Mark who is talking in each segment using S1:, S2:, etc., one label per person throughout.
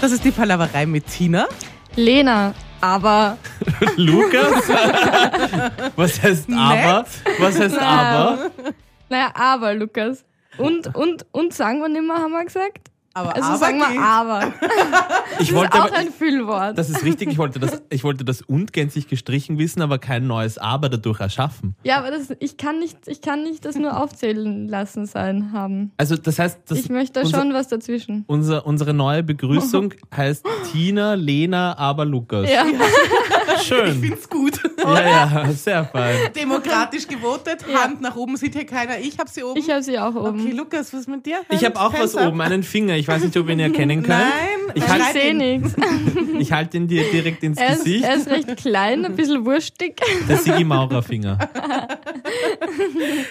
S1: Das ist die Palaverei mit Tina.
S2: Lena, aber
S3: Lukas? Was heißt aber? Was heißt aber?
S2: Naja, aber, Lukas. Und, und, und sagen wir nimmer, haben wir gesagt?
S1: Aber
S2: Also
S1: aber
S2: sagen wir
S1: geht.
S2: aber.
S3: Ich
S2: Das ist
S3: wollte
S2: auch
S3: aber,
S2: ein Füllwort.
S3: das ist richtig, ich wollte das, ich wollte das und gänzlich gestrichen wissen, aber kein neues Aber dadurch erschaffen.
S2: ja, aber das, ich, kann nicht, ich kann nicht das nur aufzählen lassen sein haben.
S3: Also das heißt, das
S2: ich möchte da
S3: unser,
S2: schon was dazwischen.
S3: Unser, unsere neue Begrüßung heißt Tina, Lena, aber Lukas.
S2: Ja,
S3: Schön.
S1: Find's gut.
S3: Ja, ja, sehr fein.
S1: Demokratisch gewotet, Hand nach oben sieht hier keiner. Ich hab sie oben.
S2: ich habe sie auch oben.
S1: okay, Lukas, was ist mit dir?
S3: Ich habe
S1: Hand,
S3: auch was
S1: Fenster.
S3: oben, einen Finger. Ich weiß nicht, ob ihr ihn erkennen könnt.
S1: Nein,
S3: Ich
S1: nein,
S2: Ich
S3: halte
S1: schreib
S2: sehe
S1: ihn.
S2: nichts.
S3: Ich halte ihn dir direkt ins
S2: Er ist,
S3: Gesicht.
S2: er ist recht klein, ein bisschen wurstig.
S3: Der Sigi Maurer Finger.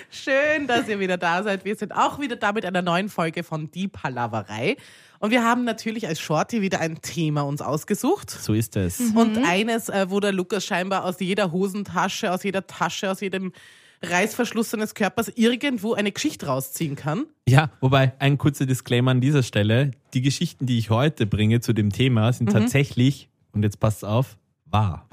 S1: Schön, dass ihr wieder da seid. Wir sind auch wieder da mit einer neuen Folge von Die Palaverei. Und wir haben natürlich als Shorty wieder ein Thema uns ausgesucht.
S3: So ist es.
S1: Und
S2: Mhm.
S1: eines, äh, wo der Lukas scheinbar aus jeder Hosentasche, aus jeder Tasche, aus jedem Reißverschluss seines Körpers irgendwo eine Geschichte rausziehen kann.
S3: Ja, wobei ein kurzer Disclaimer an dieser Stelle. Die Geschichten, die ich heute bringe zu dem Thema, sind tatsächlich, und jetzt passt auf, wahr.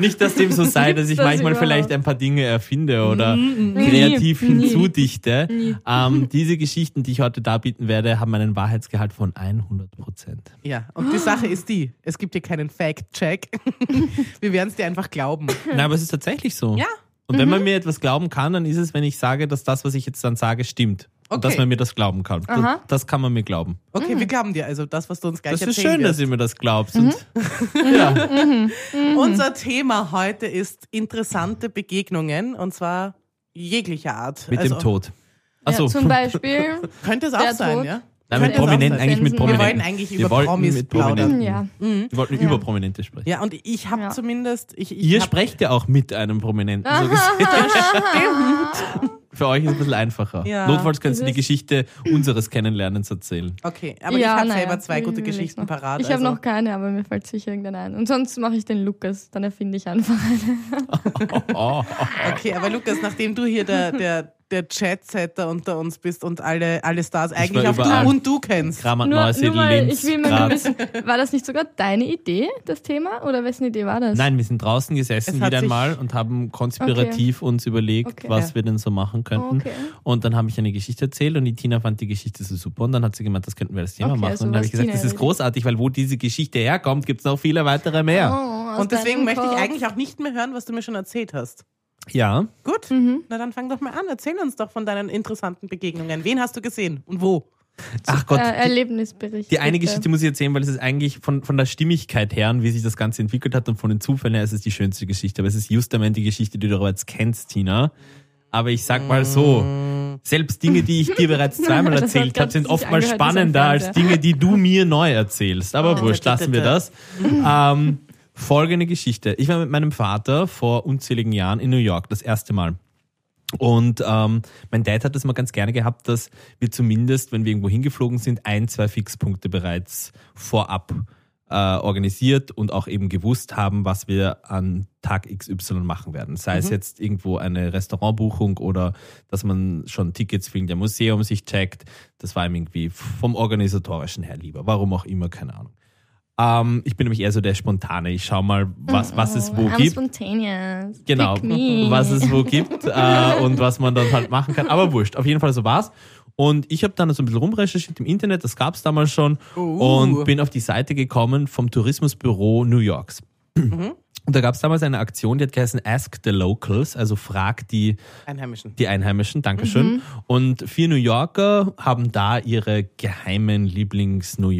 S3: Nicht, dass dem so sei, dass
S2: Gibt's
S3: ich
S2: das
S3: manchmal
S2: überhaupt?
S3: vielleicht ein paar Dinge erfinde oder kreativ hinzudichte. Ähm, diese Geschichten, die ich heute darbieten werde, haben einen Wahrheitsgehalt von 100 Prozent.
S1: Ja, und die Sache ist die, es gibt hier keinen Fact-Check. Wir werden es dir einfach glauben.
S3: Nein, aber es ist tatsächlich so.
S1: Ja.
S3: Und wenn man mir etwas glauben kann, dann ist es, wenn ich sage, dass das, was ich jetzt dann sage, stimmt. Und dass
S1: Okay.
S3: man mir das glauben kann. Das,
S2: Aha.
S3: das kann man mir glauben.
S1: Okay, wir glauben dir also das, was du uns gleich
S3: Das ist
S1: erzählen
S3: schön, dass
S1: wirst.
S3: ihr mir das glaubt. Und, ja.
S1: Unser Thema heute ist interessante Begegnungen und zwar jeglicher Art.
S3: Mit
S1: also,
S3: dem Tod. Achso,
S2: Ja, zum Beispiel.
S1: Könnte es auch
S2: Der
S1: sein,
S2: Tod.
S1: ja?
S3: Nein, mit
S1: könnte es auch
S3: Prominenten,
S1: sein.
S3: eigentlich mit
S2: Wir
S3: Prominenten.
S1: wollten eigentlich
S3: Wir
S1: über
S3: wollten
S1: Promis
S3: mit Prominenten.
S2: Ja.
S3: Wir wollten
S2: Ja.
S3: über Prominente sprechen.
S1: Ja, und ich habe
S2: Ja.
S1: zumindest... Ich, ich
S3: Ihr
S1: hab-
S3: sprecht ja auch mit einem Prominenten. So gesehen. Für euch ist es ein bisschen einfacher.
S1: Ja.
S3: Notfalls kannst du
S2: Das
S3: die Geschichte unseres Kennenlernens erzählen.
S1: Okay, aber
S2: ja,
S1: ich habe
S2: naja,
S1: selber zwei
S2: will-
S1: gute
S2: will ich
S1: Geschichten
S2: noch.
S1: parat.
S2: Ich habe
S1: also.
S2: noch keine, aber mir fällt sicher irgendeine ein. Und sonst mache ich den Lukas, dann erfinde ich einfach eine.
S3: Oh,
S1: Okay, aber Lukas, nachdem du hier der, der, der Chatsetter unter uns bist und alle, alle Stars eigentlich
S3: war
S1: auch
S3: überall.
S1: du und du kennst.
S3: Kramer,
S2: Nur,
S3: Neusiedl,
S2: nur mal,
S3: Linz,
S2: ich will mal nur
S3: Graz.
S2: wissen, war das nicht sogar deine Idee, das Thema? Oder wessen Idee war das?
S3: Nein, wir sind draußen gesessen
S1: Es hat
S3: wieder
S1: sich-
S3: einmal und haben konspirativ uns überlegt,
S2: Okay.
S3: was
S1: Ja.
S3: wir denn so machen
S2: Oh,
S3: könnten.
S2: Okay.
S3: Und dann habe ich eine Geschichte erzählt und die Tina fand die Geschichte so super und dann hat sie gemeint, das könnten wir als Thema
S2: Okay,
S3: machen.
S2: also
S3: und dann habe
S2: was
S3: ich gesagt,
S2: Tina
S3: das ist
S2: erledigt.
S3: großartig, weil wo diese Geschichte herkommt, gibt es noch viele weitere mehr.
S2: Oh, aus
S1: Und deswegen
S2: deinem
S1: möchte ich
S2: Kopf.
S1: eigentlich auch nicht mehr hören, was du mir schon erzählt hast.
S2: Oh.
S3: Ja.
S1: Gut,
S2: Mhm.
S1: na dann fang doch mal an. Erzähl uns doch von deinen interessanten Begegnungen. Wen hast du gesehen und wo?
S3: Ach Gott,
S2: äh,
S3: die,
S2: Erlebnisbericht.
S3: die eine
S2: bitte.
S3: Geschichte muss ich erzählen, weil es ist eigentlich von, von der Stimmigkeit her und wie sich das Ganze entwickelt hat und von den Zufällen her ist es die schönste Geschichte. Aber es ist justament die Geschichte, die du bereits kennst, Tina. Aber ich sag mal so, selbst Dinge, die ich dir bereits zweimal
S2: Das hat
S3: erzählt habe,
S2: ganz
S3: sind
S2: sich
S3: oftmals
S2: angehört, als
S3: spannender
S2: ein
S3: als
S2: Fernseher.
S3: Dinge, die du mir neu erzählst. Aber
S1: Oh.
S3: wurscht, lassen wir das. Ähm, folgende Geschichte. Ich war mit meinem Vater vor unzähligen Jahren in New York, das erste Mal. Und ähm, mein Dad hat es mal ganz gerne gehabt, dass wir zumindest, wenn wir irgendwo hingeflogen sind, ein, zwei Fixpunkte bereits vorab äh, organisiert und auch eben gewusst haben, was wir an Tag XY machen werden. Sei es jetzt irgendwo eine Restaurantbuchung oder dass man schon Tickets wegen der Museum sich checkt. Das war ihm irgendwie vom organisatorischen her lieber. Warum auch immer, keine Ahnung. Ähm, ich bin nämlich eher so der Spontane. Ich schau mal, was, was es wo
S2: I'm
S3: gibt
S2: Oh, spontaneous.
S3: genau,
S2: Pick me.
S3: was es wo gibt äh, und was man dann halt machen kann. Aber wurscht, auf jeden Fall so war's. Und ich habe dann so ein bisschen rumrecherchiert im Internet, das gab's damals schon,
S2: Uh.
S3: und bin auf die Seite gekommen vom Tourismusbüro New Yorks.
S2: Mhm.
S3: Und da gab's damals eine Aktion, die hat geheißen Ask the Locals, also frag die
S1: Einheimischen.
S3: die Einheimischen, Dankeschön.
S2: Mhm.
S3: Und vier New Yorker haben da ihre geheimen Lieblings-New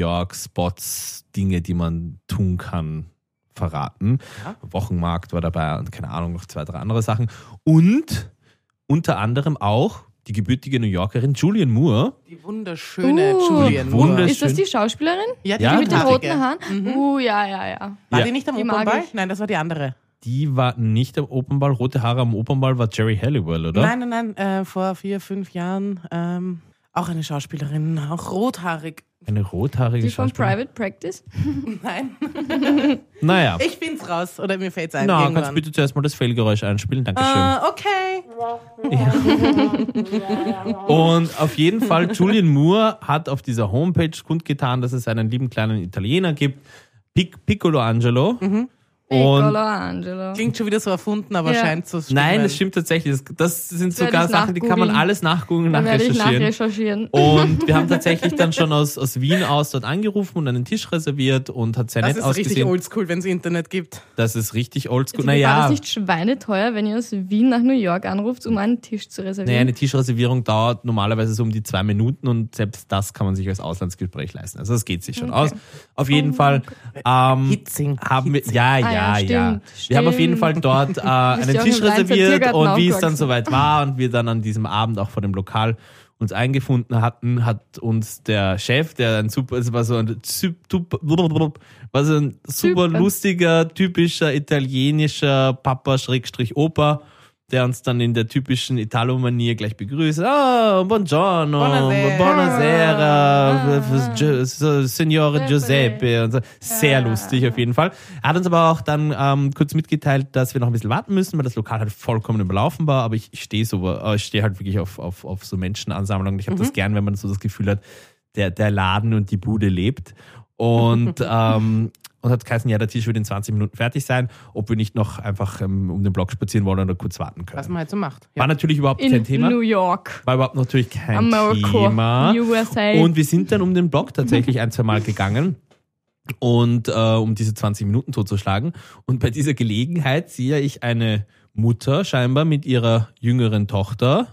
S3: York-Spots, Dinge, die man tun kann, verraten. Wochenmarkt war dabei und keine Ahnung, noch zwei, drei andere Sachen. Und unter anderem auch die gebürtige New Yorkerin Julian Moore.
S1: Die wunderschöne
S2: Uh.
S1: Julian.
S3: Die wunderschöne-
S1: Moore.
S2: Ist das die Schauspielerin?
S1: Ja, Mhm. die
S3: Ja.
S2: Die mit den
S1: rothaarige.
S2: roten Haaren? Uh, ja, ja, ja.
S1: War
S3: Ja.
S1: die nicht am
S2: Die mag
S1: Opernball?
S2: ich.
S1: Nein, das war die andere.
S3: Die war nicht am Opernball. Rote Haare am Opernball war Jerry Halliwell, oder?
S1: Nein, nein, nein, äh, vor vier, fünf Jahren. Ähm, Auch eine Schauspielerin, auch rothaarig.
S3: Eine rothaarige
S2: Die von
S3: Schauspielerin.
S2: Private Practice?
S1: Nein.
S3: Naja.
S1: Ich find's raus. Oder mir fällt's ein.
S3: Na, kannst
S1: irgendwann.
S3: du bitte zuerst mal das Fehlgeräusch einspielen? Dankeschön.
S1: Äh, okay.
S3: Und auf jeden Fall, Julian Moore hat auf dieser Homepage kundgetan, dass es einen lieben kleinen Italiener gibt, Pic Piccolo Angelo.
S2: Mhm.
S3: Und
S2: Nicola Angelo.
S1: Klingt schon wieder so erfunden, aber
S2: Ja.
S1: scheint so.
S3: nein, das stimmt tatsächlich. Das, das sind
S2: werde
S3: sogar
S2: ich
S3: Sachen, die kann man
S2: nachgoogeln.
S3: alles nachgoogeln,
S2: Dann werde ich
S3: nachrecherchieren.
S2: nachrecherchieren.
S3: Und wir haben tatsächlich dann schon aus, aus Wien aus dort angerufen und einen Tisch reserviert und hat sehr
S1: Das
S3: nett
S1: ist richtig
S3: ausgesehen.
S1: oldschool, wenn's Internet gibt.
S3: Das ist richtig oldschool.
S2: War das
S3: Naja,
S2: nicht schweineteuer, wenn ihr aus Wien nach New York anruft, um einen Tisch zu
S3: naja,
S2: reservieren?
S3: eine Tischreservierung dauert normalerweise so um die zwei Minuten und selbst das kann man sich als Auslandsgespräch leisten. Also das geht sich schon aus. Auf
S2: Oh,
S3: jeden Fall ähm,
S1: Hitzing.
S3: haben wir, ja, ja, ja.
S2: Ah, ja,
S3: Wir
S2: stimmt,
S3: haben auf jeden
S2: stimmt.
S3: Fall dort äh, einen
S2: ja auch
S3: Tisch
S2: im Weinzer
S3: reserviert
S2: Tiergarten
S3: und wie es dann
S2: aufgewachsen.
S3: soweit war und wir dann an diesem Abend auch vor dem Lokal uns eingefunden hatten, hat uns der Chef, der ein super, es war so ein, Zyp- Tup- blub- war so ein super
S2: Typ.
S3: lustiger, typischer italienischer Papa-Opa, der uns dann in der typischen Italo-Manier gleich begrüßt. Ah, buongiorno,
S1: Buonasera.
S3: buonasera, Gi-
S2: Ah.
S3: so, Signore Giuseppe. Und so.
S1: Ah.
S3: Sehr lustig auf jeden Fall. Er hat uns aber auch dann ähm, kurz mitgeteilt, dass wir noch ein bisschen warten müssen, weil das Lokal halt vollkommen überlaufen war. Aber ich, ich stehe so, äh, ich stehe halt wirklich auf, auf, auf so Menschenansammlungen. Ich habe
S1: Mhm.
S3: das gern, wenn man so das Gefühl hat, der, der Laden und die Bude lebt. Und, ähm, und hat geheißen, ja, der Tisch wird in 20 Minuten fertig sein, ob wir nicht noch einfach ähm, um den Block spazieren wollen oder kurz warten können.
S1: Was man halt so macht.
S3: War ne- natürlich überhaupt
S2: In
S3: kein Thema.
S2: New York.
S3: War überhaupt natürlich kein
S2: America.
S3: Thema.
S2: USA.
S3: Und wir sind dann um den Block tatsächlich ein, zwei Mal gegangen. Und äh, um diese 20 Minuten totzuschlagen. Und bei dieser Gelegenheit sehe ich eine Mutter scheinbar mit ihrer jüngeren Tochter,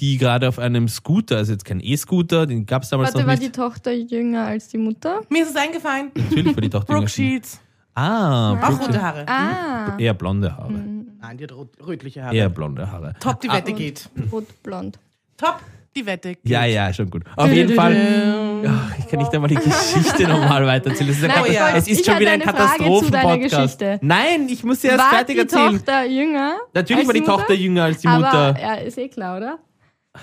S3: die gerade auf einem Scooter, also jetzt kein E-Scooter, den gab es damals
S2: Warte,
S3: noch
S2: war
S3: nicht.
S2: die Tochter jünger als die Mutter?
S1: Mir ist es eingefallen.
S3: Natürlich war die Tochter
S1: Brooke
S3: jünger.
S1: Shields.
S3: Ah,
S1: Auch
S3: Brooke
S1: rote Haare.
S2: Ah,
S3: Eher blonde Haare.
S2: Mhm.
S1: Nein, die hat rot- rötliche Haare.
S3: Eher blonde Haare.
S1: Top, die Wette geht.
S2: Hm. rotblond.
S1: Top, die Wette geht.
S3: Ja, ja, schon gut. Auf jeden Fall. Ach, ich kann nicht einmal die Geschichte nochmal weitererzählen. Es ist, ein
S2: Nein,
S3: Katast-
S1: ich wollte-
S3: es ist
S2: ich
S3: schon
S2: hatte
S3: wieder ein
S2: eine Frage zu deiner
S3: Katastrophen-Podcast.
S2: Geschichte.
S3: Nein, ich muss sie erst
S2: war
S3: fertig
S2: die
S3: erzählen.
S2: Tochter jünger?
S3: Natürlich
S2: als
S3: war die
S2: Mutter?
S3: Tochter jünger als die Mutter.
S2: Aber, ja, ist eh klar, oder?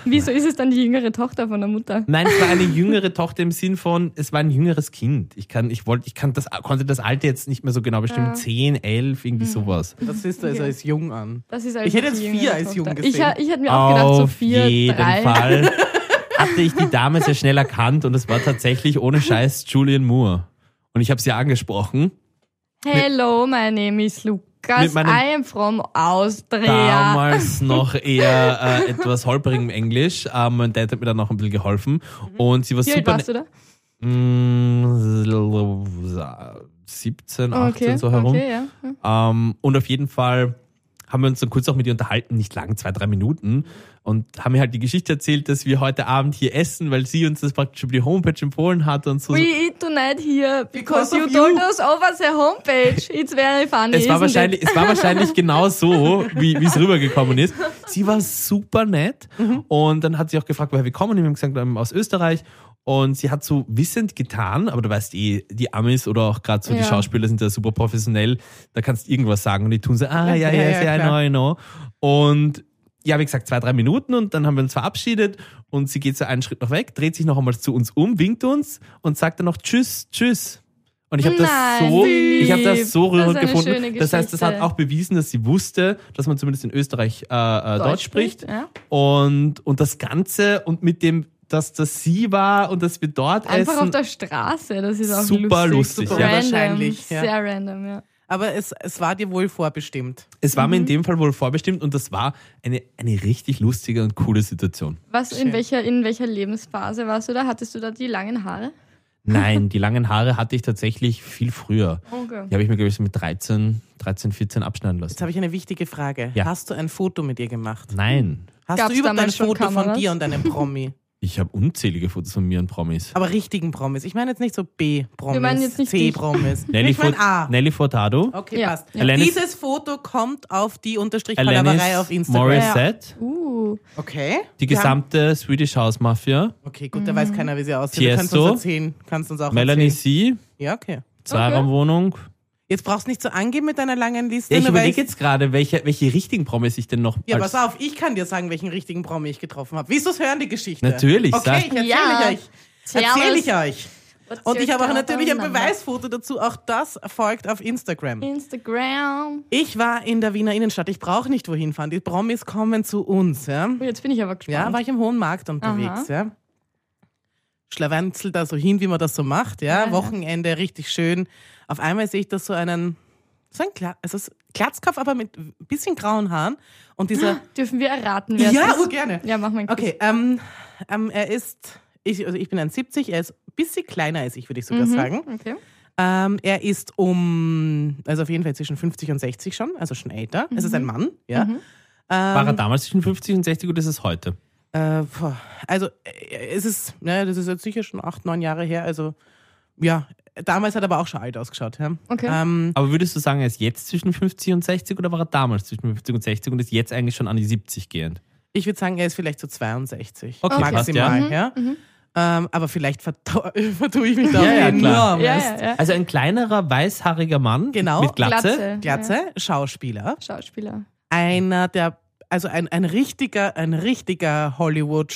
S2: Wieso ist es dann die jüngere Tochter von der Mutter?
S3: Nein, es war eine jüngere Tochter im Sinn von, es war ein jüngeres Kind. Ich kann, ich wollte, ich kann das, konnte das Alter jetzt nicht mehr so genau bestimmen. Zehn, elf,
S2: Mhm.
S3: irgendwie sowas.
S1: Das Sister ist als jung an.
S2: Das ist also
S1: Ich hätte
S2: die
S1: jetzt
S2: jüngere
S1: vier als
S2: Tochter.
S1: jung
S2: Ich,
S1: gesehen.
S2: ha- ich hätte mir auch gedacht, so vier,
S3: jeden
S2: drei.
S3: Fall hatte ich die Dame sehr schnell erkannt und es war tatsächlich ohne Scheiß Julian Moore. Und ich habe sie angesprochen.
S2: Hello, my name is Lukas.
S3: Mit meinem-
S2: I am from Austria.
S3: damals noch eher äh, etwas holprigem Englisch. Ähm, mein Dad hat mir dann noch ein bisschen geholfen.
S2: Mhm.
S3: Und sie war
S2: Wie alt
S3: super.
S2: warst du da?
S3: ne- Mm, 17, 18
S2: Oh, Okay,
S3: so herum.
S2: okay, ja.
S3: Ähm, und auf jeden Fall haben wir uns dann kurz auch mit ihr unterhalten, nicht lang, zwei, drei Minuten. Und haben mir halt die Geschichte erzählt, dass wir heute Abend hier essen, weil sie uns das praktisch über die Homepage empfohlen hat und so.
S2: We eat tonight here because,
S1: Because of
S2: you told
S1: you.
S2: us over the homepage. It's very funny.
S3: es war
S2: isn't
S3: wahrscheinlich,
S2: It?
S3: es war wahrscheinlich genau so, wie wie es rübergekommen ist. Sie war super nett und dann hat sie auch gefragt, woher wir kommen. Und wir haben gesagt, ähm, aus Österreich. Und sie hat so wissend getan, aber du weißt eh, die Amis oder auch gerade so die
S2: Ja.
S3: Schauspieler sind ja super professionell. Da kannst du irgendwas sagen und die tun so, ah, ja,
S1: Ja,
S3: ja,
S1: ja,
S3: ja, I
S1: klar.
S3: know, I know. Und ja, wie gesagt, zwei, drei Minuten und dann haben wir uns verabschiedet und sie geht so einen Schritt noch weg, dreht sich noch einmal zu uns um, winkt uns und sagt dann noch Tschüss, Tschüss. Und ich habe das
S2: Nein,
S3: so,
S2: Philipp.
S3: ich habe das so
S2: Das ist
S3: rührend
S2: eine schöne
S3: gefunden. Das heißt, das hat
S2: Geschichte.
S3: auch bewiesen, dass sie wusste, dass man zumindest in Österreich äh, äh, Deutsch, spricht.
S2: Ja.
S3: Und, und das Ganze und mit dem, dass das sie war und dass wir dort
S2: Einfach auf
S3: essen.
S2: der Straße, das ist auch
S3: Super lustig,
S2: super
S1: ja.
S2: random,
S1: Wahrscheinlich, ja.
S2: Sehr random, ja.
S1: Aber es, es war dir wohl vorbestimmt.
S3: Es war mir
S2: Mhm.
S3: in dem Fall wohl vorbestimmt und das war eine, eine richtig lustige und coole Situation.
S2: Was,
S1: Schön.
S2: in welcher, in welcher Lebensphase warst du da? Hattest du da die langen Haare?
S3: Nein, die langen Haare hatte ich tatsächlich viel früher.
S2: Okay.
S3: Die habe ich mir, glaube ich, so mit 13, 13, 14 abschneiden
S1: Jetzt
S3: lassen.
S1: habe ich eine wichtige Frage.
S3: Ja.
S1: Hast du ein Foto mit ihr gemacht?
S3: Nein,
S1: Hast
S2: Gab's
S1: du überhaupt ein
S2: damals schon
S1: Foto von
S2: Kameras?
S1: dir und deinem Promi?
S3: ich habe unzählige Fotos von mir und Promis.
S1: Aber richtigen Promis. Ich meine jetzt nicht so
S2: Wir meinen
S1: B-Promis,
S2: jetzt nicht dich.
S1: C-Promis.
S3: Nelly,
S1: Ich meine
S3: Furt-
S1: A.
S3: Nelly Furtado,
S1: Okay,
S2: Ja.
S1: passt.
S2: Ja.
S3: Alanis-
S1: Dieses Foto kommt auf die unterstrich Palaverei auf
S3: Alanis
S1: Instagram.
S3: Morissette.
S2: Uh,
S1: Okay.
S3: Die
S1: Wir haben-
S3: gesamte Swedish House Mafia,
S1: Okay, gut, da weiß keiner, wie sie aussieht. Du kannst
S3: Tiesto.
S1: uns erzählen. Kannst uns auch
S3: Melanie
S1: erzählen.
S3: C.,
S1: Ja, okay.
S3: Zweiraumwohnung,
S1: Jetzt brauchst du nicht so angeben mit deiner langen Liste.
S3: Ja, ich
S1: nur weil
S3: überlege jetzt gerade, welche, welche richtigen Promis ich denn noch.
S1: Ja,
S3: als-
S1: pass auf, ich kann dir sagen, welchen richtigen Promi ich getroffen habe. Willst du es hören, die Geschichte?
S3: Natürlich,
S1: Okay,
S3: sag.
S1: ich erzähle
S2: Ja.
S1: ich euch. Erzähle ich euch. Und ich habe auch natürlich ein Beweisfoto dazu. Auch das folgt auf Instagram.
S2: Instagram.
S1: Ich war in der Wiener Innenstadt. Ich brauche nicht wohin fahren. Die Promis kommen zu uns. Ja,
S2: Oh, Jetzt bin ich aber
S1: ja
S2: gespannt.
S1: war ich im Hohen Markt unterwegs. Ja. Schlawenzel da so hin, wie man das so macht. Ja,
S2: Ja, ja.
S1: Wochenende richtig schön. Auf einmal sehe ich das so einen, so ein Kla also so Glatzkopf, aber mit ein bisschen grauen Haaren. Und dieser,
S2: Dürfen wir erraten, wer
S1: ja,
S2: es ist?
S1: gerne.
S2: Ah, Ja, mach mal einen Quiz.
S1: Okay, ähm, ähm, er ist, ich, also ich bin ein 70, er ist ein bisschen kleiner als ich, würde ich sogar
S2: Mhm.
S1: sagen.
S2: Okay.
S1: Ähm, er ist um, also auf jeden Fall zwischen 50 und 60 schon, also schon älter. Es ist
S2: Mhm.
S1: ein Mann, ja. Ähm,
S3: War er damals zwischen 50 und 60 oder ist es heute?
S1: Äh, puh, also äh, es ist, ne, das ist jetzt sicher schon acht, neun Jahre her, also ja, damals hat er aber auch schon alt ausgeschaut. Ja.
S2: Okay.
S1: Ähm,
S3: Aber würdest du sagen, er ist jetzt zwischen 50 und 60 oder war er damals zwischen 50 und 60 und ist jetzt eigentlich schon an die 70 gehend?
S1: ich würde sagen, er ist vielleicht so 62.
S3: Okay, passt, ja. Mhm,
S1: maximal, ja. Ähm, aber vielleicht vertue vertue ich mich da
S3: Ja, ja, klar.
S1: enorm.
S2: Ja, ja, ja.
S3: Also ein kleinerer, weißhaariger Mann
S1: Genau.
S3: mit Glatze.
S1: Glatze, Schauspieler.
S2: Ja. Schauspieler.
S1: einer der, also ein, ein richtiger, ein richtiger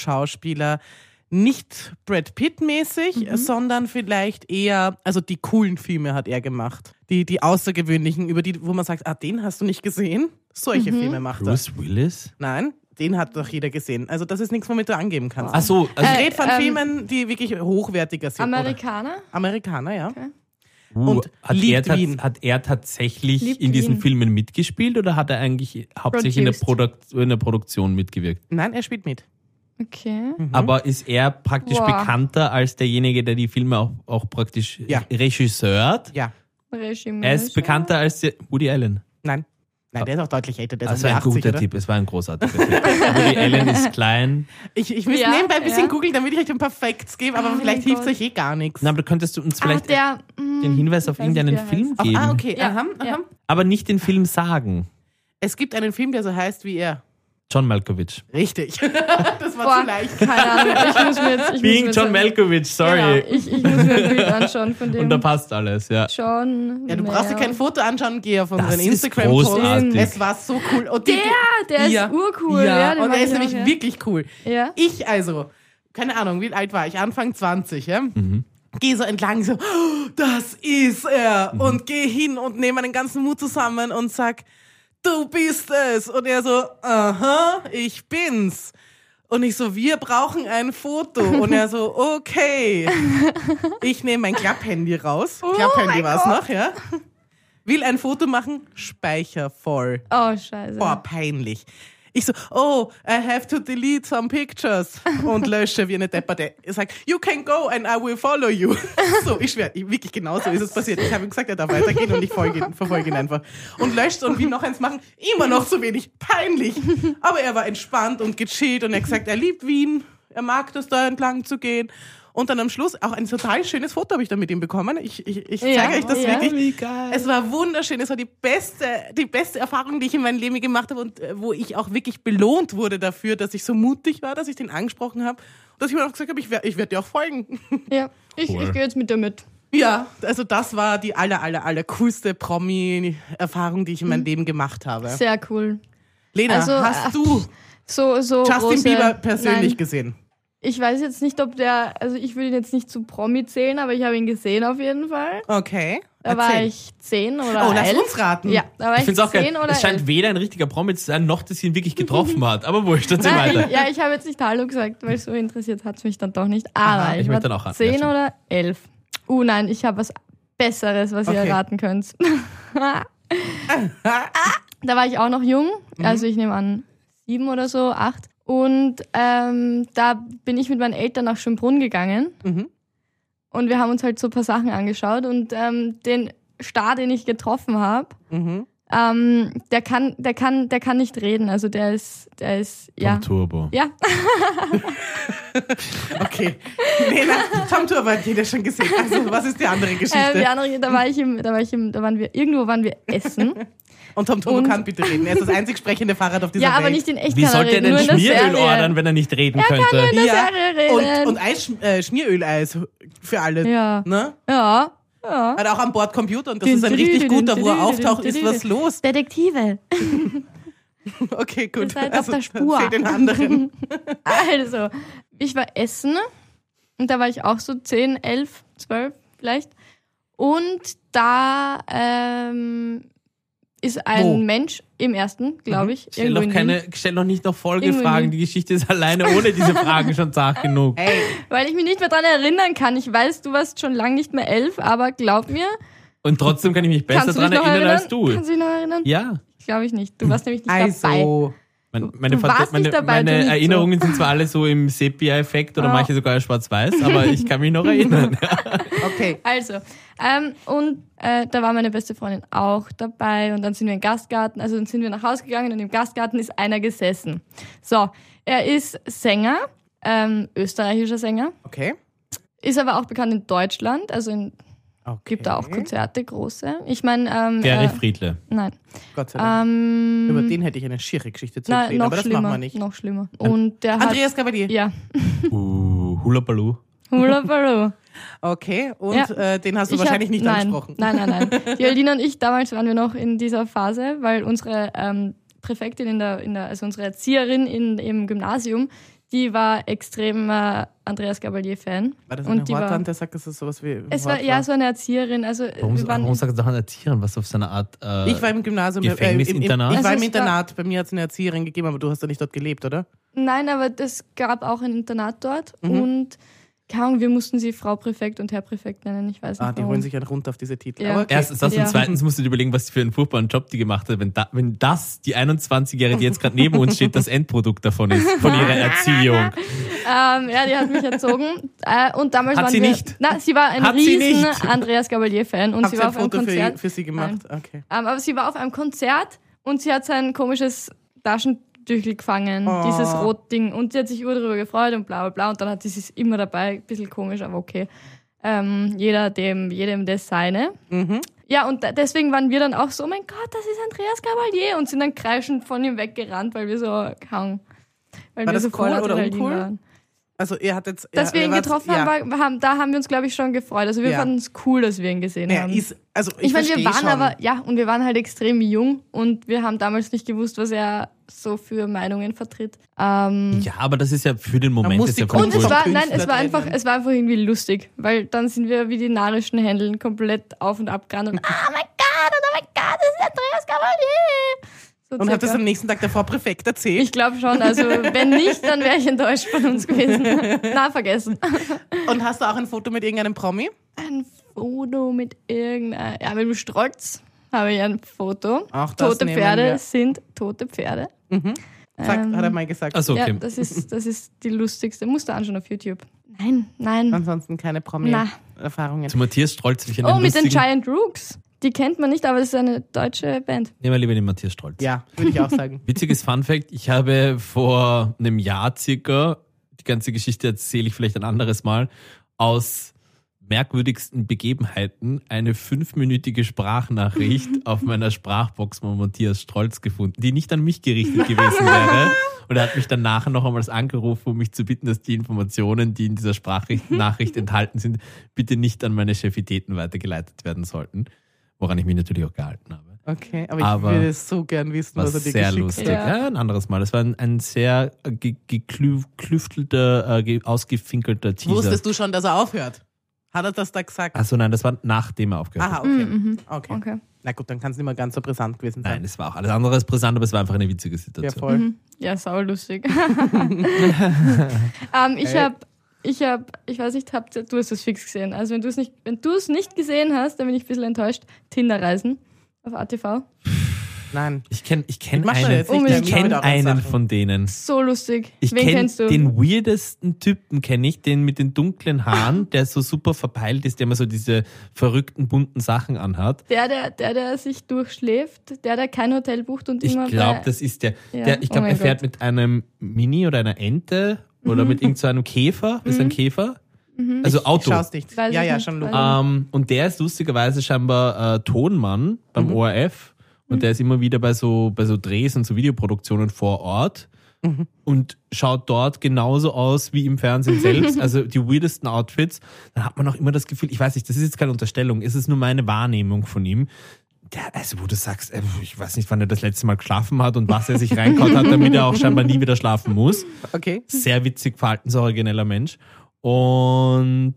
S1: Hollywood-Schauspieler. Nicht Brad Pitt-mäßig, sondern vielleicht eher, also die coolen Filme hat er gemacht. Die, die außergewöhnlichen, über die, wo man sagt, ah, den hast du nicht gesehen? Solche Filme macht er.
S3: Bruce Willis?
S1: Nein, den hat doch jeder gesehen. Also das ist nichts, womit du angeben kannst.
S3: Ach so, also
S1: ich rede von
S2: ähm,
S1: Filmen, die wirklich hochwertiger sind. oder?
S2: Amerikaner?
S1: Amerikaner, ja.
S3: uh,
S1: und
S3: hat, er
S1: liebt
S3: tats-
S1: Wien.
S3: hat er tatsächlich
S2: Liebt
S3: in diesen
S2: Wien.
S3: Filmen mitgespielt oder hat er eigentlich hauptsächlich in der, Produkt, in der Produktion mitgewirkt?
S1: Nein, er spielt mit.
S2: Okay.
S3: Aber ist er praktisch
S2: Boah.
S3: bekannter als derjenige, der die Filme auch, auch praktisch
S1: Ja.
S3: regisseurt?
S1: Ja.
S2: Regime.
S3: Er ist bekannter als der Woody Allen.
S1: Nein. Nein, der ist auch deutlich älter. Der ist
S3: Also
S1: um die
S3: ein
S1: 80,
S3: guter
S1: oder?
S3: Tipp, es war ein großartiger Tipp. Woody Allen ist klein.
S1: Ich, ich müsste
S2: Ja,
S1: nebenbei ein bisschen
S2: ja.
S1: googeln, damit ich euch den Perfekt gebe, aber
S2: Oh
S1: vielleicht
S2: mein
S1: hilft es
S2: Gott.
S1: euch eh gar nichts.
S3: Na, aber könntest du
S2: Ah,
S3: uns vielleicht
S2: der. hm,
S3: den Hinweis auf
S2: ich weiß nicht,
S3: irgendeinen
S2: wie er
S3: Film
S1: Auf-
S3: geben?
S1: ah, okay.
S2: Ja,
S1: Aha, aha.
S2: ja.
S3: Aber nicht den Film sagen.
S1: Es gibt einen Film, der so heißt wie er.
S3: John Malkovich.
S1: Richtig. das war zu leicht.
S2: Keine Ahnung. Ich muss mir jetzt. Ich muss mir
S3: Being
S2: jetzt
S3: John
S2: ein-
S3: Malkovich, sorry.
S2: Genau, ich, ich muss mir ein Bild anschauen von dem.
S3: Und da passt alles, ja.
S2: John.
S1: Ja, du brauchst dir kein Foto anschauen, geh auf unseren
S3: ist
S1: Instagram-Post.
S3: großartig.
S1: Es war so cool. Und die-
S2: Der, der ist
S1: Ja.
S2: urcool. Ja,
S1: Ja,
S2: den
S1: und
S2: mag
S1: er ist
S2: ich auch,
S1: nämlich
S2: ja.
S1: wirklich cool.
S2: Ja.
S1: Ich also, keine Ahnung, wie alt war ich? Anfang 20, ja? Geh so entlang, so, "Oh, das ist er. Und geh hin und nehme meinen ganzen Mut zusammen und sag, du bist es. Und er so, aha, ich bin's. Und ich so, wir brauchen ein Foto. Und er so, okay. Ich nehme mein Klapphandy raus. Klapphandy
S2: Oh mein
S1: war's
S2: Gott.
S1: noch, ja? Will ein Foto machen, Speicher voll.
S2: Oh, scheiße.
S1: Boah, peinlich. Ich so, oh, I have to delete some pictures und lösche wie eine Depperte. Ich sag, you can go and I will follow you. So, ich schwör, ich- wirklich genau so ist es passiert. Ich habe ihm gesagt, er darf weitergehen und ich folge, ihn- verfolge ihn einfach. Und löscht und wie noch eins machen, immer noch so wenig. Peinlich. Aber er war entspannt und gechillt und er hat gesagt, er liebt Wien, er mag das da entlang zu gehen. Und dann am Schluss auch ein total schönes Foto habe ich dann mit ihm bekommen. Ich, ich, ich zeige
S2: Ja,
S1: euch das
S2: ja.
S1: wirklich.
S3: Wie geil.
S1: Es war wunderschön. Es war die beste, die beste Erfahrung, die ich in meinem Leben gemacht habe und äh, wo ich auch wirklich belohnt wurde dafür, dass ich so mutig war, dass ich den angesprochen habe und dass ich mir auch gesagt habe, ich werde ich werd dir auch folgen.
S2: Ja. Ich,
S3: Cool.
S2: ich gehe jetzt mit dir mit.
S1: Ja, also das war die aller, aller, aller coolste Promi-Erfahrung, die ich in meinem Leben gemacht habe.
S2: Mhm. Sehr cool.
S1: Lena,
S2: Also,
S1: hast
S2: äh,
S1: du
S2: So, so
S1: Justin
S2: große,
S1: Bieber persönlich
S2: Nein.
S1: gesehen?
S2: Ich weiß jetzt nicht, ob der, also ich würde ihn jetzt nicht zu Promi zählen, aber ich habe ihn gesehen auf jeden Fall.
S1: Okay.
S2: Da war
S1: erzähl.
S2: ich zehn oder
S1: Oh, lass
S2: elf.
S1: uns raten.
S2: Ja, da war
S3: Ich
S2: ich,
S3: finde es auch
S2: zehn
S3: geil.
S2: oder
S3: Es scheint
S2: elf.
S3: weder ein richtiger Promi zu sein, noch dass ihn wirklich getroffen hat. Aber wurscht, erzähl
S2: Nein,
S3: weiter.
S2: ich, ja, ich habe jetzt nicht Hallo gesagt, weil so interessiert hat es mich dann doch nicht. Aber
S1: Aha,
S2: ich,
S3: ich
S2: war
S3: möchte dann auch raten, ja,
S2: zehn
S3: stimmt.
S2: oder elf. Uh, nein, ich habe was Besseres, was ihr
S1: Okay.
S2: erraten könnt. Ah, da war ich auch noch jung,
S3: Mhm.
S2: also ich nehme an sieben oder so, acht. Und ähm, da bin ich mit meinen Eltern nach Schönbrunn gegangen
S1: Mhm.
S2: und wir haben uns halt so ein paar Sachen angeschaut und ähm, den Star, den ich getroffen habe,
S1: Mhm.
S2: ähm, der kann, der kann, der kann nicht reden. Also der ist, der ist, ja.
S3: Vom Turbo.
S2: Ja,
S1: Okay. Lena, Tom Turbo hat jeder schon gesehen. Also, was ist die andere
S2: äh,
S1: Geschichte?
S2: die andere, da war ich im, da war ich im, da waren wir, irgendwo waren wir essen.
S1: Und Tom Turbo
S2: Und-
S1: kann bitte reden. Er ist das einzig sprechende Fahrrad auf dieser
S2: ja,
S1: Welt.
S2: aber nicht in echt
S3: Wie
S2: kann er
S3: sollte er
S2: reden,
S3: denn
S2: nur in der
S3: Schmieröl
S2: Serie.
S3: ordern, wenn er nicht reden könnte?
S2: in der Serie
S1: Und,
S2: reden.
S1: und Eis, äh, Schmieröleis für alle.
S2: Ja.
S1: Ne?
S2: Ja. Ja.
S1: Hat auch an Bord Computer und das ist ein richtig guter, wo er auftaucht, ist was los.
S2: Detektive.
S1: Okay,
S2: Ihr
S1: gut.
S2: seid auf der Spur.
S1: Fehlt den anderen.
S2: Also, ich war essen und da war ich auch so 10, 11, 12 vielleicht. Und da ähm, ist ein
S3: Wo?
S2: Mensch im ersten, glaube ich.
S3: Stell doch,
S2: in
S3: keine, stell doch nicht noch
S2: Irgendwo
S3: Folgefragen.
S2: hin.
S3: Die Geschichte ist alleine ohne diese Fragen schon zart genug.
S1: Hey,
S2: Wien. Weil ich mich nicht mehr dran erinnern kann. Ich weiß, du warst schon lange nicht mehr elf, aber glaub mir,
S3: Und trotzdem kann ich mich besser
S2: kannst du dich
S3: dran
S2: noch
S3: erinnern,
S2: erinnern?
S3: als du.
S2: Kannst du dich noch erinnern?
S3: Ja,
S2: Glaube ich nicht. Du warst nämlich nicht dabei.
S1: also.
S3: mein, meine,
S2: Du
S3: Fant-
S2: warst
S3: meine,
S2: nicht dabei, du
S3: meine
S2: nicht so.
S3: Erinnerungen sind zwar alle so im Sepia-Effekt oder
S2: Ah.
S3: manche sogar schwarz-weiß, aber ich kann mich noch erinnern.
S1: Okay.
S2: Also, ähm, und äh, da war meine beste Freundin auch dabei und dann sind wir im Gastgarten, also dann sind wir nach Hause gegangen und im Gastgarten ist einer gesessen. So, er ist Sänger, ähm, österreichischer Sänger,
S1: Okay.
S2: ist aber auch bekannt in Deutschland, also in,
S1: okay.
S2: gibt da auch Konzerte, große. Ich meine, ähm,
S3: Gerry
S2: äh,
S3: Friedle.
S2: nein.
S1: Gott sei Dank.
S2: Ähm,
S1: Über den hätte ich eine schiere Geschichte zu
S2: nein,
S1: erzählen,
S2: noch
S1: aber das
S2: schlimmer,
S1: machen wir nicht.
S2: noch schlimmer. Und der
S1: Andreas Gabalier.
S2: hat, ja,
S3: Uh, Hula Baloo.
S2: Hula Baloo.
S1: Okay, und
S2: Ja.
S1: äh, den hast du
S2: Ich
S1: wahrscheinlich
S2: hab-
S1: nicht
S2: nein,
S1: angesprochen.
S2: Nein, nein, nein. Die Alina und ich, damals waren wir noch in dieser Phase, weil unsere ähm, Präfektin, in der, in der, also unsere Erzieherin in, im Gymnasium, die war extrem äh, Andreas Gabalier-Fan.
S1: War das
S2: Und
S1: eine
S2: die
S1: Hortan,
S2: war,
S1: der sagt, das ist sowas wie.
S2: es war ja so eine Erzieherin. Also,
S3: Warum,
S2: wir waren,
S3: warum sagst du doch an Erziehern, was auf seine Art. Äh,
S1: ich war im Gymnasium.
S3: Gefängnis,
S1: im, im, ich
S3: Internat?
S2: Also
S1: war im
S2: es
S1: Internat. Bei mir hat es eine Erzieherin gegeben, aber du hast ja nicht dort gelebt, oder?
S2: nein, aber es gab auch ein Internat dort
S1: Mhm.
S2: und keine Ahnung, wir mussten sie Frau Präfekt und Herr Präfekt nennen, ich weiß nicht.
S1: Ah, die
S2: warum.
S1: holen sich einen runter auf diese Titel.
S2: Ja.
S1: Aber okay.
S3: Erstens das
S2: Ja.
S3: und zweitens musst du dir überlegen, was für einen furchtbaren Job die gemacht hat, wenn, da, wenn das die 21-Jährige, die jetzt gerade neben uns steht, das Endprodukt davon ist, von ihrer Erziehung.
S2: Ähm, ja, die hat mich erzogen. Äh, und damals
S3: Hat
S2: waren
S3: sie
S2: wir,
S3: nicht?
S2: Na, sie war ein
S3: Hat sie
S2: riesen
S3: nicht?
S2: Andreas Gabalier-Fan und
S1: Habt
S2: sie
S1: ihr
S2: war
S1: ein
S2: auf einem
S1: Foto für,
S2: Konzert.
S1: für sie gemacht? Okay.
S2: Ähm, aber sie war auf einem Konzert und sie hat sein komisches Taschentüchel gefangen,
S1: Oh.
S2: dieses Rotding. Und sie hat sich urdarüber gefreut und bla bla bla. Und dann hat sie es immer dabei. bisschen komisch, aber okay. Ähm, jeder dem, jedem das seine.
S1: Mhm.
S2: Ja, und da- deswegen waren wir dann auch so, oh mein Gott, das ist Andreas Cavalier. Und sind dann kreischend von ihm weggerannt, weil wir so kaum. Weil
S1: War
S2: wir
S1: das
S2: so voll
S1: cool oder
S2: Adrenalin
S1: uncool?
S2: waren.
S1: Also, ihr hattet. jetzt.
S2: Dass wir ihn getroffen
S1: ja.
S2: haben, war, haben, da haben wir uns, glaube ich, schon gefreut. Also wir
S1: Ja.
S2: fanden es cool, dass wir ihn gesehen
S1: Ja,
S2: haben.
S1: ist, also ich
S2: Ich meine, wir
S1: versteh
S2: waren
S1: schon.
S2: aber, ja, und wir waren halt extrem jung und wir haben damals nicht gewusst, was er so für Meinungen vertritt. Ähm,
S3: Ja, aber das ist ja für den Moment.
S1: muss
S3: Ist
S1: die
S3: ja voll
S2: und es
S1: Vom
S3: wurscht.
S2: war, nein,
S1: Künstler
S2: es war einfach,
S1: trennen.
S2: es war einfach irgendwie lustig, weil dann sind wir wie die narischen Händeln komplett auf und ab gerannt und, oh mein Gott, oh mein Gott, das ist Andreas Cavalier! So
S1: Und habt
S2: circa.
S1: das am nächsten Tag der Frau Präfekt erzählt?
S2: ich glaube schon, also wenn nicht, dann wäre ich enttäuscht von uns gewesen. Na, vergessen.
S1: Und hast du auch ein Foto mit irgendeinem Promi?
S2: Ein Foto mit irgendeiner, ja, mit dem Strolz habe ich ein Foto.
S1: Auch das
S2: tote
S1: nehmen
S2: Pferde
S1: wir.
S2: sind tote Pferde.
S1: Sagt,
S2: Ähm,
S1: hat er mal gesagt.
S3: Achso, okay.
S2: Ja, das ist, das ist die lustigste. Musst du anschauen auf YouTube. Nein, nein.
S1: Ansonsten keine
S2: Na.
S1: Promi-Erfahrungen.
S3: Zu Matthias Strolz will ich
S2: Oh,
S3: einen
S2: mit den
S3: lustigen...
S2: Giant Rooks. Die kennt man nicht, aber das ist eine deutsche Band.
S3: Nehmen wir lieber den Matthias Strolz.
S1: Ja, würde ich auch sagen.
S3: Witziges Fun Fact, ich habe vor einem Jahr circa, die ganze Geschichte erzähle ich vielleicht ein anderes Mal, aus merkwürdigsten Begebenheiten eine fünfminütige Sprachnachricht auf meiner Sprachbox von Matthias Strolz gefunden, die nicht an mich gerichtet gewesen wäre. Und er hat mich dann nachher noch einmal angerufen, um mich zu bitten, dass die Informationen, die in dieser Sprachnachricht enthalten sind, bitte nicht an meine Chefitäten weitergeleitet werden sollten. Woran ich mich natürlich auch gehalten habe.
S1: Okay, aber ich
S3: Aber
S1: würde so gern wissen,
S3: War
S1: was er dir
S3: sehr
S1: geschickt
S3: lustig.
S1: hat.
S2: Ja.
S3: Ja. ein anderes Mal. Das war ein, ein sehr äh, ge- geklüftelter, äh, ge ausgefinkelter Teaser.
S1: Wusstest du schon, dass er aufhört? Hat er das da gesagt?
S3: Achso, nein, das war nachdem er aufgehört
S1: Aha,
S3: hat.
S1: okay.
S2: Mhm, mhm.
S1: okay.
S2: Okay.
S1: Na gut, dann kann es nicht mehr ganz so brisant gewesen sein.
S3: Nein, es war auch alles andere als brisant, aber es war einfach eine
S1: Ah.
S3: witzige
S1: ja,
S3: Situation.
S1: voll.
S2: Ja, sau lustig. ähm, ich
S1: Ey.
S2: hab, ich hab, ich weiß nicht, habt, ihr- du hast es fix gesehen. Also wenn du es nicht, wenn du es nicht gesehen hast, dann bin ich ein bisschen enttäuscht. Tinder-Reisen auf ATV.
S1: Nein.
S3: ich kenne ich kenn
S1: Ich mach schon
S3: einen,
S1: jetzt nicht
S2: Unbedingt.
S3: ich
S1: mehr mit
S3: kenn
S1: euren
S3: einen
S1: Sachen.
S3: von denen.
S2: So lustig.
S3: Ich
S2: Wen
S3: kenne
S2: kennst du?
S3: den weirdesten Typen, kenne ich, den mit den dunklen Haaren, der so super verpeilt ist, der immer so diese verrückten bunten Sachen anhat.
S2: Der, der, der, der sich durchschläft, der, der kein Hotel bucht und
S3: Ich
S2: immer
S3: glaube,
S2: bei-
S3: das ist der.
S2: Ja,
S3: der ich
S2: oh
S3: glaube,
S2: mein
S3: er fährt mit einem Mini oder einer Ente oder
S2: Mhm.
S3: mit irgendeinem so einem Käfer. Ist ein Käfer? Also
S1: Ich
S3: Auto.
S1: schaust nicht.
S2: Weiß
S1: ja,
S2: ich
S1: ja,
S2: nicht.
S1: schon logisch.
S2: Weiß
S3: Ähm, und der ist lustigerweise scheinbar äh, Tonmann beim ORF und der ist immer wieder bei so, bei so Drehs und so Videoproduktionen vor Ort und schaut dort genauso aus wie im Fernsehen selbst. Also die weirdesten Outfits. Dann hat man auch immer das Gefühl, ich weiß nicht, das ist jetzt keine Unterstellung, es ist nur meine Wahrnehmung von ihm. Der, also wo du sagst, äh, ich weiß nicht, wann er das letzte Mal geschlafen hat und was er sich reinkaut hat, damit er auch scheinbar nie wieder schlafen muss
S1: Okay.
S3: Mhm. sehr witzig verhalten, so origineller Mensch. Und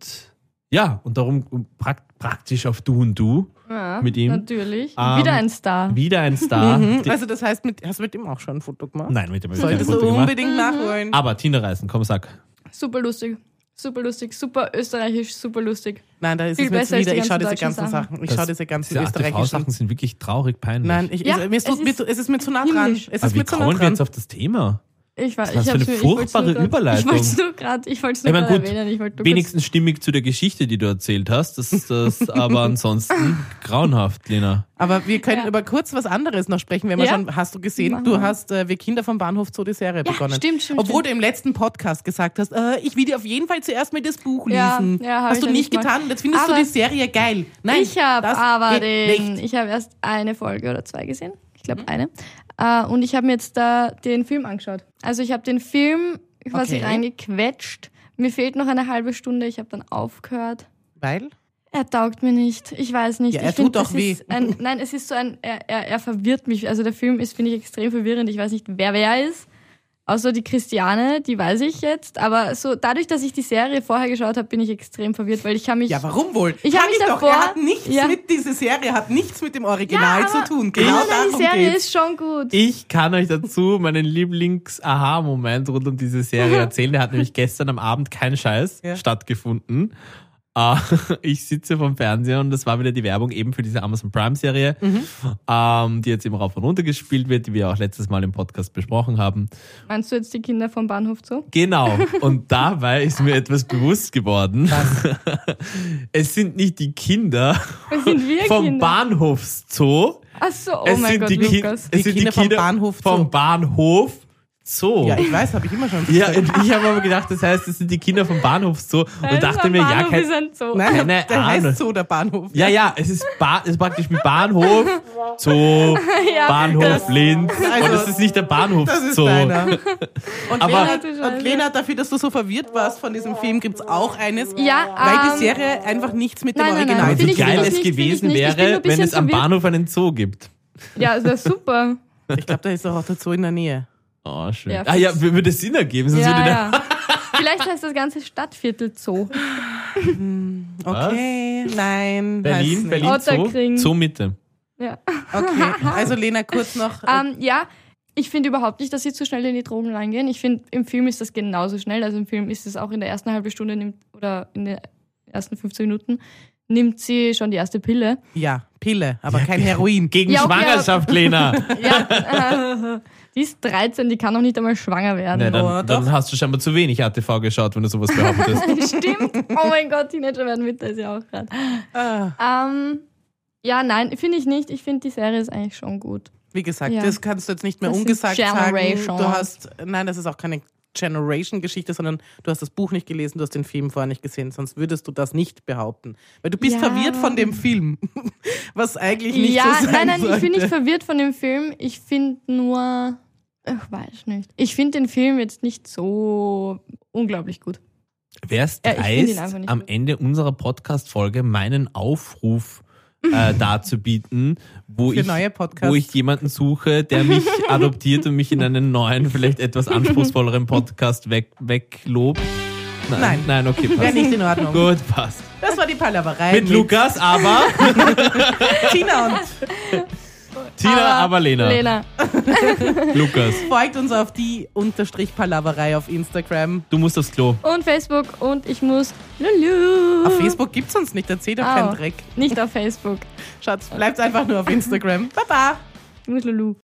S3: ja, und darum prak praktisch auf Du und Du.
S2: Ja,
S3: Mit ihm?
S2: Natürlich.
S3: Ähm,
S2: Wieder ein Star.
S3: Wieder ein Star.
S1: Mhm.
S3: Die-
S1: Also das heißt, mit, hast du mit ihm auch schon ein Foto gemacht?
S3: Nein, mit dem habe ich kein
S1: Solltest du
S3: Foto gemacht.
S2: Mhm.
S3: Ah.
S1: unbedingt nachholen.
S3: Aber Tina Reisen, komm, sag.
S2: Super lustig. Super lustig, super österreichisch, super lustig.
S1: Nein, da ist
S2: Viel
S1: es mir jetzt
S2: besser als
S1: wieder.
S2: die
S1: Ich schaue diese
S2: ganzen
S1: ganzen
S2: deutschen
S1: Sachen. Ich
S3: Das-
S1: schaue diese ganzen
S3: Diese
S1: österreichischen.
S3: ATV-Sachen sind wirklich traurig peinlich.
S1: Nein, ich,
S2: Ja,
S1: ich, mir ist,
S2: es
S1: es, mir,
S2: ist
S1: ist, es ist mir zu nah dran.
S2: himmlisch.
S1: Es ist
S3: Aber wie
S1: mir zu nah
S3: kommen wir
S1: dran.
S3: jetzt auf das Thema?
S2: Ich war,
S3: Was
S2: ich
S3: für
S2: hab's
S3: eine
S2: mir, ich wollt's
S3: furchtbare
S2: nur grad- Ich
S3: Überleitung.
S2: wollte es nur gerade, ich wollte es
S3: Ich
S2: nur
S3: meine,
S2: grad
S3: gut,
S2: erwähnen. Ich wollte nur kurz-
S3: Wenigstens stimmig zu der Geschichte, die du erzählt hast. Das ist das, aber ansonsten grauenhaft, Lena.
S1: Aber wir können
S2: Ja.
S1: über kurz was anderes noch sprechen. Wenn wir
S2: Ja.
S1: schon, hast du gesehen,
S2: Machen
S1: du
S2: wir.
S1: hast äh, Wir Kinder vom Bahnhof Zoo die Serie begonnen.
S2: stimmt, stimmt,
S1: Obwohl
S2: stimmt.
S1: du im letzten Podcast gesagt hast, äh, ich will dir auf jeden Fall zuerst mal das Buch
S2: Ja,
S1: lesen.
S2: ja, hab ich
S1: hast du
S2: ja
S1: nicht
S2: nicht gemacht.
S1: getan. Jetzt findest
S2: Aber-
S1: du die Serie geil. Nein,
S2: ich habe
S1: das
S2: aber
S1: geht
S2: den,
S1: nicht.
S2: ich habe erst eine Folge oder zwei gesehen. Ich
S3: Mhm.
S2: glaube eine. Äh, und ich habe mir jetzt da den Film angeschaut. Also ich habe den Film quasi
S1: Okay.
S2: reingequetscht. Mir fehlt noch eine halbe Stunde. Ich habe dann aufgehört.
S1: Weil?
S2: Er taugt mir nicht. Ich weiß nicht.
S1: Ja, er
S2: ich find,
S1: tut doch
S2: es
S1: weh.
S2: Ist ein, nein, es ist so ein, er, er, er verwirrt mich. Also der Film ist, finde ich, extrem verwirrend. Ich weiß nicht, wer wer ist. Außer die Christiane, die weiß ich jetzt. Aber so dadurch, dass ich die Serie vorher geschaut habe, bin ich extrem verwirrt, weil ich kann mich.
S1: Ja, warum wohl?
S2: Ich
S1: Sag
S2: hab mich
S1: doch,
S2: davor-
S1: er hat nichts
S2: Ja.
S1: mit, diese Serie hat nichts mit dem Original
S2: Ja,
S1: zu
S2: aber-
S1: tun.
S2: nein,
S1: Genau
S2: nein,
S1: darum
S2: die Serie
S1: geht's.
S2: ist schon gut.
S3: Ich kann euch dazu meinen Lieblings-Aha-Moment rund um diese Serie erzählen. Der hat nämlich gestern am Abend kein Scheiß
S1: Ja.
S3: stattgefunden. Äh, ich sitze vom Fernseher und das war wieder die Werbung eben für diese Amazon Prime-Serie, ähm, die jetzt eben rauf und runter gespielt wird, die wir auch letztes Mal im Podcast besprochen haben.
S2: Meinst du jetzt die Kinder vom Bahnhof Zoo?
S3: Genau. Und dabei ist mir etwas bewusst geworden. es sind nicht die Kinder
S2: Das sind wir
S3: vom
S2: Kinder.
S3: Bahnhofszoo.
S2: Ach so, oh
S3: es
S2: mein
S3: sind
S2: Gott,
S3: die Ki-
S2: Lukas.
S3: Es
S1: Die
S3: sind
S1: Kinder
S3: die
S1: vom
S3: Kinder
S1: Bahnhof Zoo.
S3: vom Bahnhof Zoo.
S1: Ja, ich weiß, habe ich immer schon.
S3: Ja, und ich habe aber gedacht, das heißt, das sind die Kinder vom Bahnhof Zoo und dachte mir, ja,
S2: kein... Ist
S3: kein,
S2: ein Zoo.
S1: Nein,
S3: Keine
S1: der
S3: Ahnung.
S1: heißt so der Bahnhof.
S3: ja, ja, es ist, ba es ist praktisch mit Bahnhof Zoo,
S2: Ja,
S3: Bahnhof Linz
S1: Also-
S3: und es ist nicht der Bahnhof
S1: Das ist
S3: Zoo.
S1: deiner. Und,
S3: Aber-
S1: Lena, und Lena, dafür, dass du so verwirrt warst von diesem Film, gibt's auch eines.
S2: Ja,
S1: weil
S2: ähm,
S1: die Serie einfach nichts mit dem
S2: nein, nein,
S1: Original
S2: nein,
S3: Und
S1: zu tun
S2: Find
S3: wie
S2: ich- find ich
S3: geil
S1: hat.
S3: es
S2: nicht, find ich
S3: gewesen
S2: nicht. Ich bin nur
S3: wäre,
S2: ein
S3: wenn
S2: bisschen
S3: es am
S2: verwirrt.
S3: Bahnhof einen Zoo gibt.
S2: Ja, das ist super.
S1: Ich glaube, da ist doch auch dazu in der Nähe.
S3: Oh, schön.
S2: Ja,
S3: ah ja, würde es Sinn ergeben, sonst würde
S2: Ja,
S3: der
S2: ja. Vielleicht heißt das ganze Stadtviertel Zoo.
S1: Okay, nein. heißt
S3: Berlin,
S1: nicht.
S3: Berlin Zoo,
S2: Otterkring.
S3: Zoo Mitte.
S2: Ja.
S1: Okay,
S2: Ah.
S1: also Lena, kurz noch.
S2: Ähm, ja, ich finde überhaupt nicht, dass sie zu schnell in die Drogen reingehen. Ich finde, im Film ist das genauso schnell. Also im Film ist es auch in der ersten halben Stunde nimmt, oder in den ersten 15 Minuten nimmt sie schon die erste Pille.
S1: äh, ja, Pille, aber kein Heroin.
S3: Gegen
S2: Ja, okay,
S3: Schwangerschaft, Lena.
S2: Ja, äh, die ist 13, die kann noch nicht einmal schwanger
S3: Na,
S2: werden.
S1: Oh, doch.
S3: dann, dann hast du scheinbar zu wenig ATV geschaut, wenn du sowas behauptest.
S2: Stimmt. Oh mein Gott, Teenager werden Mütter ist ja auch gerade.
S1: Ah,
S2: Ähm, ja, nein, finde ich nicht. Ich finde, die Serie ist eigentlich schon gut.
S1: wie gesagt,
S2: Ja.
S1: das kannst du jetzt nicht mehr
S2: Das sind
S1: ungesagt sagen.
S2: Generations.
S1: Du hast, nein, das ist auch keine Generation-Geschichte, sondern du hast das Buch nicht gelesen, du hast den Film vorher nicht gesehen, sonst würdest du das nicht behaupten. Weil du bist
S2: Ja.
S1: verwirrt von dem Film, was eigentlich nicht
S2: ja,
S1: so sein
S2: nein, nein,
S1: sollte.
S2: ich bin nicht verwirrt von dem Film. Ich finde nur, ich weiß nicht. Ich finde den Film jetzt nicht so unglaublich gut.
S3: Wär's
S2: Ja, ich find ihn
S3: dreist,
S2: einfach nicht
S3: am
S2: gut.
S3: Ende unserer Podcast-Folge meinen Aufruf äh, darzubieten, wo
S1: Für
S3: ich,
S1: neue Podcasts.
S3: wo ich jemanden suche, der mich adoptiert und mich in einen neuen, vielleicht etwas anspruchsvolleren Podcast weg, weglobt.
S1: Nein.
S3: Nein, okay,
S1: Wäre
S3: passt.
S1: nicht in Ordnung.
S3: Gut, passt.
S1: Das war die Palaverei
S3: Mit Lukas, aber
S1: Tina und
S3: Tina, aber Lena.
S2: Lena,
S3: Lukas,
S1: folgt uns auf die unterstrich Palaverei auf Instagram.
S3: du musst aufs Klo.
S2: und Facebook und ich muss Lulu.
S1: Auf Facebook gibt's uns nicht, erzähl doch
S2: Uh. Au.
S1: keinen Dreck.
S2: Nicht auf Facebook.
S1: Schatz, bleibt einfach nur auf Instagram. Baba!
S2: Ich muss Lulu.